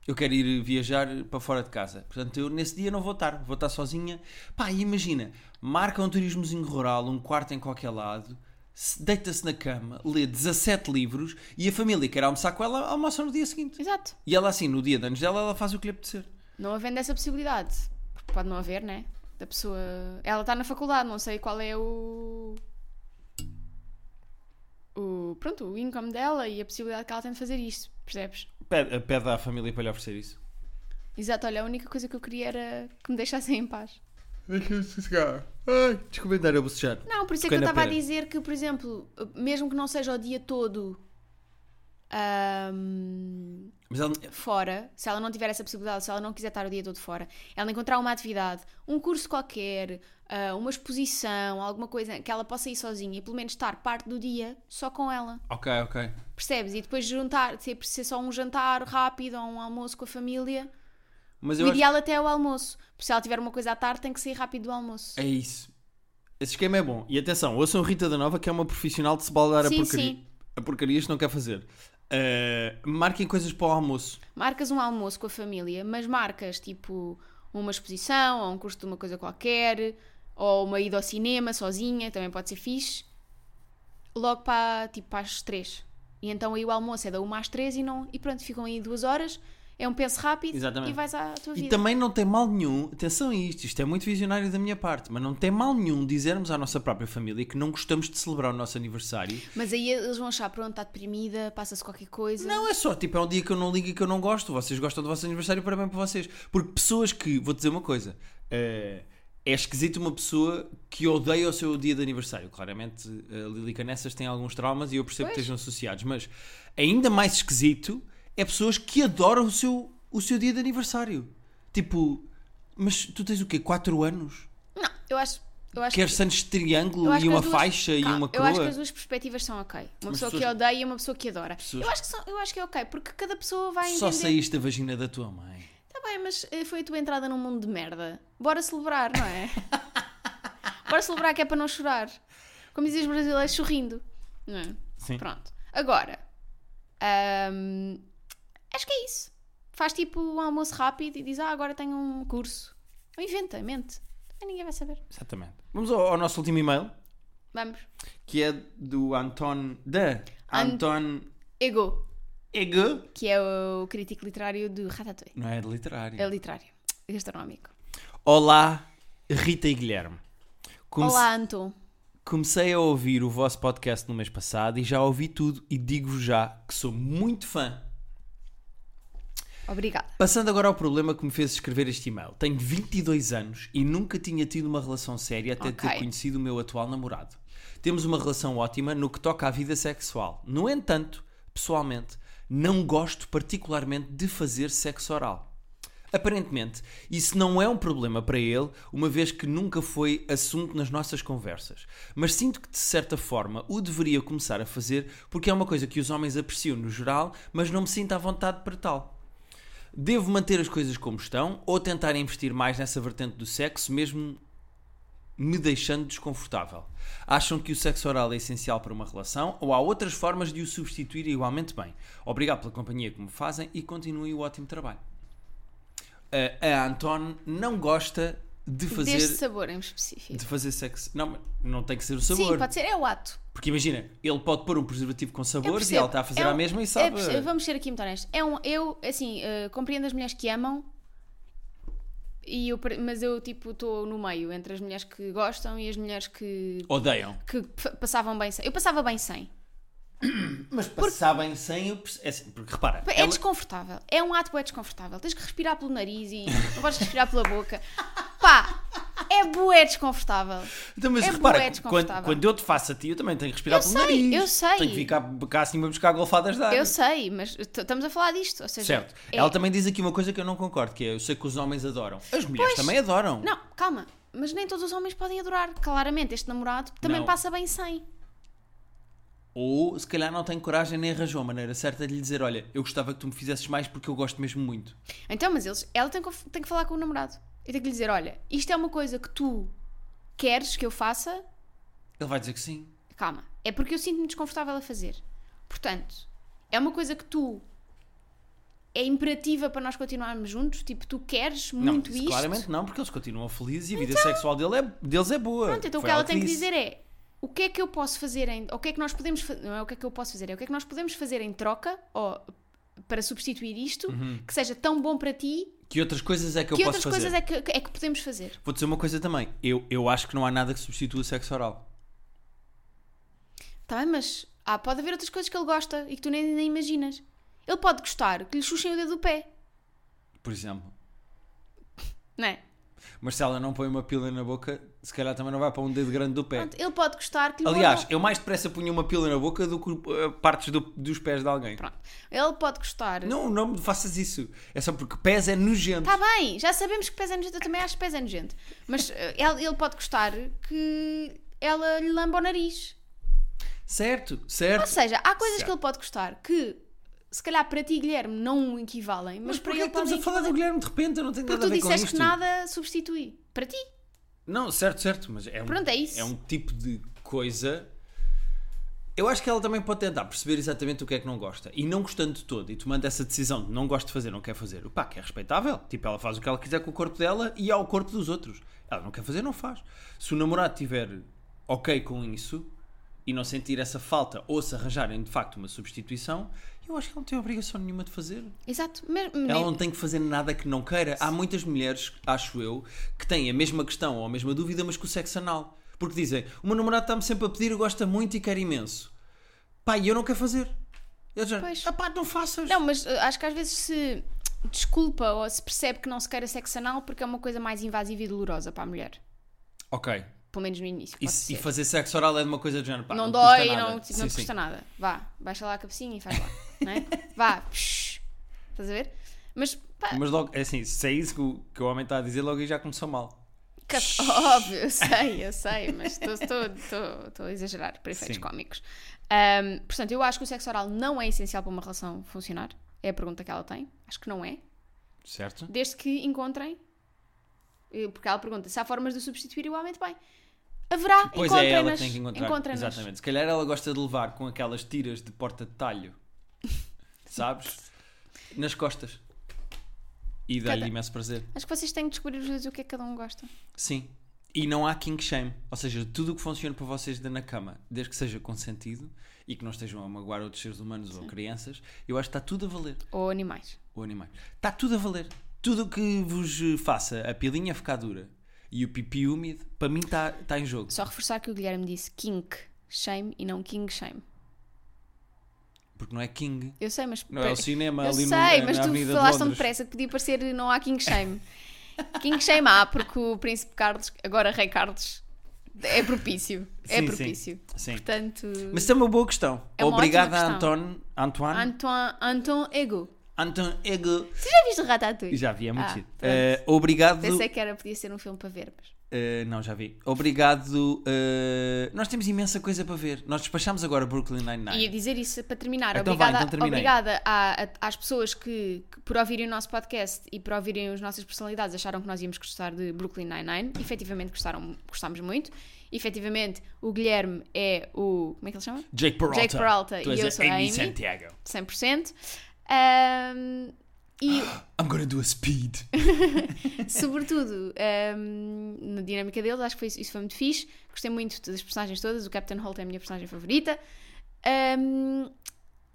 Speaker 2: Eu quero ir viajar para fora de casa. Portanto, eu nesse dia não vou estar, vou estar sozinha. Pá, e imagina, marca um turismozinho rural, um quarto em qualquer lado, se- deita-se na cama, lê 17 livros e a família quer almoçar com ela, almoça no dia seguinte.
Speaker 1: Exato.
Speaker 2: E ela assim, no dia de anos dela, ela faz o que lhe apetecer.
Speaker 1: Não havendo essa possibilidade. Porque pode não haver, né? Da pessoa. Ela está na faculdade, não sei qual é o. O. Pronto, o income dela e a possibilidade que ela tem de fazer isto, percebes?
Speaker 2: Pede, pede à família para lhe oferecer isso.
Speaker 1: Exato, olha, a única coisa que eu queria era que me deixassem em paz.
Speaker 2: Deixa-me sossegar. Ai, desculpa dar a bocejar.
Speaker 1: Não, por isso é que
Speaker 2: Toquei
Speaker 1: eu
Speaker 2: na
Speaker 1: estava a
Speaker 2: pera.
Speaker 1: dizer que, por exemplo, mesmo que não seja o dia todo. ahm,
Speaker 2: Mas ela,
Speaker 1: fora, se ela não tiver essa possibilidade, se ela não quiser estar o dia todo fora, ela encontrar uma atividade, um curso qualquer, ah, uma exposição, alguma coisa que ela possa ir sozinha e pelo menos estar parte do dia só com ela,
Speaker 2: ok, ok.
Speaker 1: percebes? E depois juntar, ser, ser só um jantar rápido ou um almoço com a família.
Speaker 2: Mas
Speaker 1: O
Speaker 2: eu acho
Speaker 1: ideal até é o almoço, porque se ela tiver uma coisa à tarde, tem que sair rápido do almoço.
Speaker 2: É isso. Esse esquema é bom. E atenção, ouçam a Rita da Nova, que é uma profissional de se baldar a
Speaker 1: Sim,
Speaker 2: porcaria.
Speaker 1: sim.
Speaker 2: A porcaria isto não quer fazer. Eh, marquem coisas para o almoço.
Speaker 1: Marcas um almoço com a família, mas marcas tipo uma exposição ou um curso de uma coisa qualquer, ou uma ida ao cinema sozinha, também pode ser fixe. Logo para, tipo, para as três. E então aí o almoço é da uma às três e, não, e pronto, ficam aí duas horas, é um penso rápido
Speaker 2: Exatamente.
Speaker 1: e vais à tua
Speaker 2: E
Speaker 1: vida.
Speaker 2: também não tem mal nenhum, atenção a isto, isto é muito visionário da minha parte, mas não tem mal nenhum dizermos à nossa própria família que não gostamos de celebrar o nosso aniversário.
Speaker 1: Mas aí eles vão achar, pronto, está deprimida, passa-se qualquer coisa.
Speaker 2: Não, é só, tipo, é um dia que eu não ligo e que eu não gosto. Vocês gostam do vosso aniversário, parabéns para vocês. Porque pessoas que, vou dizer uma coisa, eh, é esquisito uma pessoa que odeia o seu dia de aniversário. Claramente, eh, a Lili Canessas tem alguns traumas e eu percebo que estejam associados, mas ainda mais esquisito é pessoas que adoram o seu, o seu dia de aniversário. Tipo, mas tu tens o quê? 4 anos?
Speaker 1: Não, eu acho, eu acho
Speaker 2: Queres Santos de
Speaker 1: Eu
Speaker 2: triângulo
Speaker 1: acho
Speaker 2: e
Speaker 1: que
Speaker 2: uma
Speaker 1: as duas-
Speaker 2: faixa e
Speaker 1: Calma,
Speaker 2: uma
Speaker 1: Eu acho que
Speaker 2: coroa?
Speaker 1: as duas perspectivas são ok. Uma
Speaker 2: Mas
Speaker 1: pessoa que
Speaker 2: pessoas-
Speaker 1: odeia e uma pessoa que adora.
Speaker 2: Pessoas-
Speaker 1: Eu, acho que são- eu acho que é ok, porque cada pessoa vai
Speaker 2: Só
Speaker 1: entender.
Speaker 2: saíste da vagina da tua mãe.
Speaker 1: Tá bem, mas eh, foi a tua entrada num mundo de merda. Bora celebrar, não é? Bora celebrar que é para não chorar. Como dizem os brasileiros, sorrindo. Não é?
Speaker 2: Sim.
Speaker 1: Pronto. Agora, ahm, acho que é isso. Faz tipo um almoço rápido e diz, ah, agora tenho um curso. Ou inventa, mente. Aí ninguém vai saber.
Speaker 2: Exatamente. Vamos ao- ao nosso último e-mail.
Speaker 1: Vamos.
Speaker 2: que é do Anton de
Speaker 1: Ant-
Speaker 2: Anton
Speaker 1: Ego,
Speaker 2: Ego
Speaker 1: que é o crítico literário do Ratatouille.
Speaker 2: não é de literário
Speaker 1: É literário, gastronómico.
Speaker 2: Olá Rita e Guilherme Comece-
Speaker 1: Olá, Anton.
Speaker 2: comecei a ouvir o vosso podcast no mês passado e já ouvi tudo e digo já que sou muito fã
Speaker 1: Obrigada.
Speaker 2: Passando agora ao problema que me fez escrever este e-mail. Tenho 22 anos e nunca tinha tido uma relação séria até
Speaker 1: Ok.
Speaker 2: ter conhecido o meu atual namorado. Temos uma relação ótima no que toca à vida sexual. No entanto, pessoalmente, não gosto particularmente de fazer sexo oral. Aparentemente, isso não é um problema para ele, uma vez que nunca foi assunto nas nossas conversas. Mas sinto que, de certa forma, o deveria começar a fazer porque é uma coisa que os homens apreciam no geral, mas não me sinto à vontade para tal. Devo manter as coisas como estão ou tentar investir mais nessa vertente do sexo, mesmo me deixando desconfortável. Acham que o sexo oral é essencial para uma relação ou há outras formas de o substituir igualmente bem? Obrigado pela companhia que me fazem e continuem o ótimo trabalho. A- a Anton não gosta de fazer,
Speaker 1: Deste sabor em específico.
Speaker 2: de fazer sexo. Não, mas não tem que ser o
Speaker 1: Sim,
Speaker 2: sabor.
Speaker 1: pode ser, é o ato.
Speaker 2: Porque imagina, ele pode pôr um preservativo com
Speaker 1: Eu
Speaker 2: sabores e
Speaker 1: percebo.
Speaker 2: ela está a fazer
Speaker 1: É um-
Speaker 2: a mesma
Speaker 1: é
Speaker 2: e sabe.
Speaker 1: perce- vamos ser aqui muito honestos. É um, eu, assim, eh, compreendo as mulheres que amam, e eu, pre- mas eu, tipo, estou no meio entre as mulheres que gostam e as mulheres que,
Speaker 2: Odeiam.
Speaker 1: que p- passavam bem sem. Eu passava bem sem.
Speaker 2: Mas passarem sem o. perce- É assim, porque repara.
Speaker 1: É
Speaker 2: ela-
Speaker 1: desconfortável. É um ato é desconfortável. Tens que respirar pelo nariz e não podes respirar pela boca. Pá, é bué desconfortável.
Speaker 2: Então, mas
Speaker 1: é
Speaker 2: repara,
Speaker 1: bué
Speaker 2: que
Speaker 1: desconfortável.
Speaker 2: quando, quando eu te faço a ti, eu também tenho que respirar
Speaker 1: Eu
Speaker 2: pelo
Speaker 1: sei,
Speaker 2: nariz.
Speaker 1: eu sei.
Speaker 2: Tenho que ficar cá acima a buscar golfadas de ar.
Speaker 1: Eu sei, mas t- estamos a falar disto. Ou seja,
Speaker 2: Certo.
Speaker 1: é-
Speaker 2: Ela também diz aqui uma coisa que eu não concordo, que é eu sei que os homens adoram. As
Speaker 1: Pois.
Speaker 2: mulheres também adoram.
Speaker 1: Não, calma. Mas nem todos os homens podem adorar. Claramente, este namorado também
Speaker 2: Não.
Speaker 1: passa bem sem.
Speaker 2: Ou se calhar não tem coragem nem arranjou a maneira certa de lhe dizer: olha, eu gostava que tu me fizesses mais porque eu gosto mesmo muito.
Speaker 1: Então, mas eles, ela tem que, tem que falar com o namorado. E tem que lhe dizer: olha, isto é uma coisa que tu queres que eu faça.
Speaker 2: Ele vai dizer que sim.
Speaker 1: Calma. É porque eu sinto-me desconfortável a fazer. Portanto, é uma coisa que tu. É imperativa para nós continuarmos juntos? Tipo, tu queres
Speaker 2: não,
Speaker 1: muito
Speaker 2: disse
Speaker 1: isto? Então.
Speaker 2: claramente não, porque eles continuam felizes e a vida sexual dele é, deles é boa.
Speaker 1: Pronto, então o
Speaker 2: Foi
Speaker 1: que ela tem que
Speaker 2: disse.
Speaker 1: dizer é o que é que eu posso fazer em, o que é que nós podemos fa- não é o que é que eu posso fazer, é o que é que nós podemos fazer em troca ou para substituir isto que seja tão bom para ti
Speaker 2: Que outras coisas é que,
Speaker 1: que
Speaker 2: eu Uhum. posso
Speaker 1: outras
Speaker 2: fazer?
Speaker 1: coisas é que, que- é que podemos fazer.
Speaker 2: Vou dizer uma coisa também. Eu, eu acho que não há nada que substitua o sexo oral.
Speaker 1: Tá bem, mas ah, pode haver outras coisas que ele gosta e que tu nem, nem imaginas. Ele pode gostar que lhe chuchem o dedo do pé,
Speaker 2: Por exemplo.
Speaker 1: não é?
Speaker 2: Mas se ela não põe uma pila na boca, se calhar também não vai para um dedo grande do pé.
Speaker 1: Pronto, ele pode gostar que lhe
Speaker 2: Aliás,
Speaker 1: mordam-
Speaker 2: eu mais depressa punha uma pila na boca do que uh, partes do- dos pés de alguém.
Speaker 1: Pronto. Ele pode gostar.
Speaker 2: Não, não me faças isso. É só porque pés é nojento.
Speaker 1: Está bem, já sabemos que pés é nojento, eu também acho que pés é nojento. Mas eh, ele, ele pode gostar que ela lhe lamba o nariz.
Speaker 2: Certo,
Speaker 1: Ou
Speaker 2: certo.
Speaker 1: seja, há coisas
Speaker 2: Certo.
Speaker 1: que ele pode gostar que, se calhar para ti, Guilherme, não o equivalem, mas,
Speaker 2: Mas
Speaker 1: para
Speaker 2: porquê é
Speaker 1: ele
Speaker 2: que estamos a
Speaker 1: podem
Speaker 2: falar do
Speaker 1: equivaler.
Speaker 2: Guilherme de repente? Eu não tenho
Speaker 1: Porque
Speaker 2: nada a
Speaker 1: tu
Speaker 2: ver com
Speaker 1: disseste
Speaker 2: isto.
Speaker 1: que nada substitui. Para ti?
Speaker 2: Não, certo, certo. Mas é um,
Speaker 1: Pronto, é isso.
Speaker 2: é um tipo de coisa. Eu acho que ela também pode tentar perceber exatamente o que é que não gosta. E não gostando de todo, e tomando essa decisão de não gosto de fazer, não quer fazer, pá, que é respeitável. Tipo, ela faz o que ela quiser com o corpo dela e ao corpo dos outros. Ela não quer fazer, não faz. Se o namorado estiver ok com isso e não sentir essa falta ou se arranjarem de facto uma substituição, eu acho que ela não tem obrigação nenhuma de fazer.
Speaker 1: Exato. Mas, nem-
Speaker 2: Ela não tem que fazer nada que não queira. Há muitas mulheres, acho eu, que têm a mesma questão ou a mesma dúvida, mas com o sexo anal. Porque dizem, o meu namorado está-me sempre a pedir, gosta muito e quer imenso. Pá, e eu não quero fazer. Eu já,
Speaker 1: Pois.
Speaker 2: ah pá, não faças.
Speaker 1: Não, mas eh, acho que às vezes se desculpa ou se percebe que não se queira sexo anal porque é uma coisa mais invasiva e dolorosa para a mulher.
Speaker 2: Ok.
Speaker 1: Pelo menos no início.
Speaker 2: E,
Speaker 1: pode
Speaker 2: se- e
Speaker 1: ser.
Speaker 2: fazer sexo oral é de uma coisa do género. Pá,
Speaker 1: não,
Speaker 2: não,
Speaker 1: dói,
Speaker 2: custa nada.
Speaker 1: não, tipo,
Speaker 2: Sim,
Speaker 1: não te
Speaker 2: sim.
Speaker 1: custa nada. Vá, baixa lá a cabecinha e faz lá. não é? Vá, psh, estás a ver? Mas, pá,
Speaker 2: Mas logo, é assim, se é isso que o, que o homem está a dizer, logo aí já começou mal.
Speaker 1: Cat- Óbvio, eu sei, eu sei, mas estou- estou estou a exagerar para efeitos
Speaker 2: Sim.
Speaker 1: cómicos. Ahm, portanto, eu acho que o sexo oral não é essencial para uma relação funcionar. É a pergunta que ela tem. Acho que não é.
Speaker 2: Certo?
Speaker 1: Desde que encontrem. eh, Porque ela pergunta se há formas de o substituir igualmente bem. Haverá,
Speaker 2: Pois é, ela
Speaker 1: encontrem-nas.
Speaker 2: que tem que encontrar.
Speaker 1: encontrem-nas.
Speaker 2: Exatamente. Se calhar ela gosta de levar com aquelas tiras de porta de talho, sabes? Nas costas. E dá-lhe
Speaker 1: Cada-
Speaker 2: imenso prazer.
Speaker 1: Acho que vocês têm que descobrir os dois o que é que cada um gosta.
Speaker 2: Sim. E não há kink shame. Ou seja, tudo o que funciona para vocês dê na cama, desde que seja consentido e que não estejam a magoar outros seres humanos ou crianças, eu acho que está tudo a valer.
Speaker 1: Ou animais.
Speaker 2: Ou animais. Está tudo a valer. Tudo o que vos eh, faça a pilinha ficar dura e o pipi úmido, para mim está está em jogo.
Speaker 1: Só reforçar que o Guilherme disse kink shame e não king shame.
Speaker 2: Porque não é king.
Speaker 1: Eu sei, mas.
Speaker 2: Não é o cinema
Speaker 1: eu
Speaker 2: ali no-
Speaker 1: sei,
Speaker 2: na-
Speaker 1: mas
Speaker 2: na
Speaker 1: tu
Speaker 2: Avenida de
Speaker 1: falaste tão
Speaker 2: Londres.
Speaker 1: depressa que podia parecer não há King Shame. King Shame há, porque o Príncipe Carlos, agora Rei Carlos, é propício. É
Speaker 2: Sim,
Speaker 1: propício.
Speaker 2: Sim. Sim.
Speaker 1: Portanto,
Speaker 2: Mas isso é uma boa questão.
Speaker 1: É uma
Speaker 2: Obrigado
Speaker 1: ótima
Speaker 2: a
Speaker 1: questão.
Speaker 2: Anton, Antoine,
Speaker 1: Antoine, Anton Ego.
Speaker 2: Anton Ego.
Speaker 1: Tu já viste o Ratatouille?
Speaker 2: Já vi, é muito
Speaker 1: Ah,
Speaker 2: giro.
Speaker 1: pronto.
Speaker 2: Eh, obrigado.
Speaker 1: Pensei que era, podia ser um filme para ver, mas...
Speaker 2: Eh, não, já vi. Obrigado. eh, nós temos imensa coisa para ver. Nós despachámos agora Brooklyn
Speaker 1: E
Speaker 2: Nine-Nine.
Speaker 1: dizer isso para terminar.
Speaker 2: Ah, é. Então vai,
Speaker 1: obrigada
Speaker 2: então termina aí.
Speaker 1: obrigada a- a- às pessoas que, que por ouvirem o nosso podcast e por ouvirem as nossas personalidades, acharam que nós íamos gostar de Brooklyn Nine-Nine. Efetivamente gostaram, gostámos muito. Efetivamente, o Guilherme é o. Como é que ele se chama?
Speaker 2: Jake Peralta.
Speaker 1: Jake Peralta
Speaker 2: Tu
Speaker 1: e
Speaker 2: és
Speaker 1: eu sou a
Speaker 2: Amy
Speaker 1: Amy.
Speaker 2: Santiago.
Speaker 1: 100%. Ahm, e,
Speaker 2: I'm gonna do a é speed.
Speaker 1: sobretudo, ahm, na dinâmica deles, acho que foi isso, isso foi muito fixe. Gostei muito das personagens todas. O Captain Holt é a minha personagem favorita. Ahm,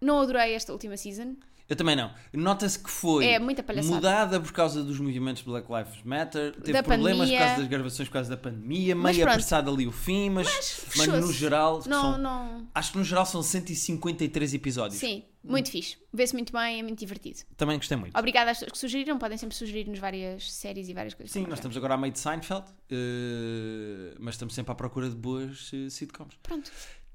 Speaker 1: não adorei esta última season,
Speaker 2: Eu também não. Nota-se que foi
Speaker 1: É, muita palhaçada.
Speaker 2: mudada por causa dos movimentos Black Lives Matter, teve
Speaker 1: Da
Speaker 2: problemas
Speaker 1: pandemia.
Speaker 2: por causa das gravações, por causa da pandemia,
Speaker 1: Mas
Speaker 2: meio
Speaker 1: pronto.
Speaker 2: apressado ali o fim, mas, mas,
Speaker 1: fechou-se.
Speaker 2: no geral
Speaker 1: Não,
Speaker 2: são-
Speaker 1: não.
Speaker 2: acho que no geral são 153 episódios.
Speaker 1: Sim, muito fixe. Vê-se muito bem, é muito divertido.
Speaker 2: Também gostei muito.
Speaker 1: Obrigada às pessoas que sugeriram, podem sempre sugerir-nos várias séries e várias coisas.
Speaker 2: Sim,
Speaker 1: que
Speaker 2: nós
Speaker 1: gostamos.
Speaker 2: estamos agora à meio de Seinfeld, eh, mas estamos sempre à procura de boas eh, sitcoms.
Speaker 1: Pronto.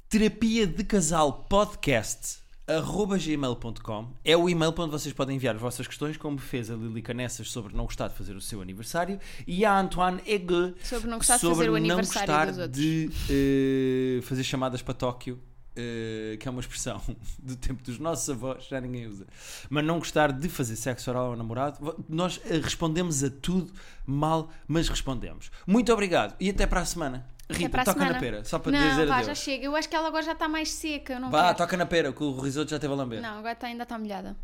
Speaker 2: terapia de casal podcast arroba gmail.com é o e-mail para onde vocês podem enviar as vossas questões como fez a Lili Canessas sobre não gostar de fazer o seu aniversário e a Antoine Egue
Speaker 1: Sobre não gostar de
Speaker 2: sobre
Speaker 1: fazer o
Speaker 2: não
Speaker 1: aniversário
Speaker 2: gostar
Speaker 1: dos outros.
Speaker 2: de eh, fazer chamadas para Tóquio eh, que é uma expressão do tempo dos nossos avós, já ninguém usa mas não gostar de fazer sexo oral ao namorado Vo- nós eh, respondemos a tudo mal, mas respondemos muito obrigado e até para a semana Rita,
Speaker 1: Até para a
Speaker 2: toca
Speaker 1: semana.
Speaker 2: na pera, só para
Speaker 1: não,
Speaker 2: dizer
Speaker 1: vá,
Speaker 2: adeus
Speaker 1: já chega. Eu acho que ela agora já está mais seca. Eu não
Speaker 2: Vá,
Speaker 1: quero.
Speaker 2: toca na pera, que o risoto já teve a lamber.
Speaker 1: Não, agora está- ainda está molhada.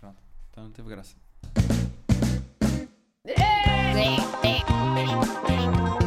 Speaker 2: Pronto, então não teve graça.
Speaker 1: Bleh, bleh, bleh, bleh.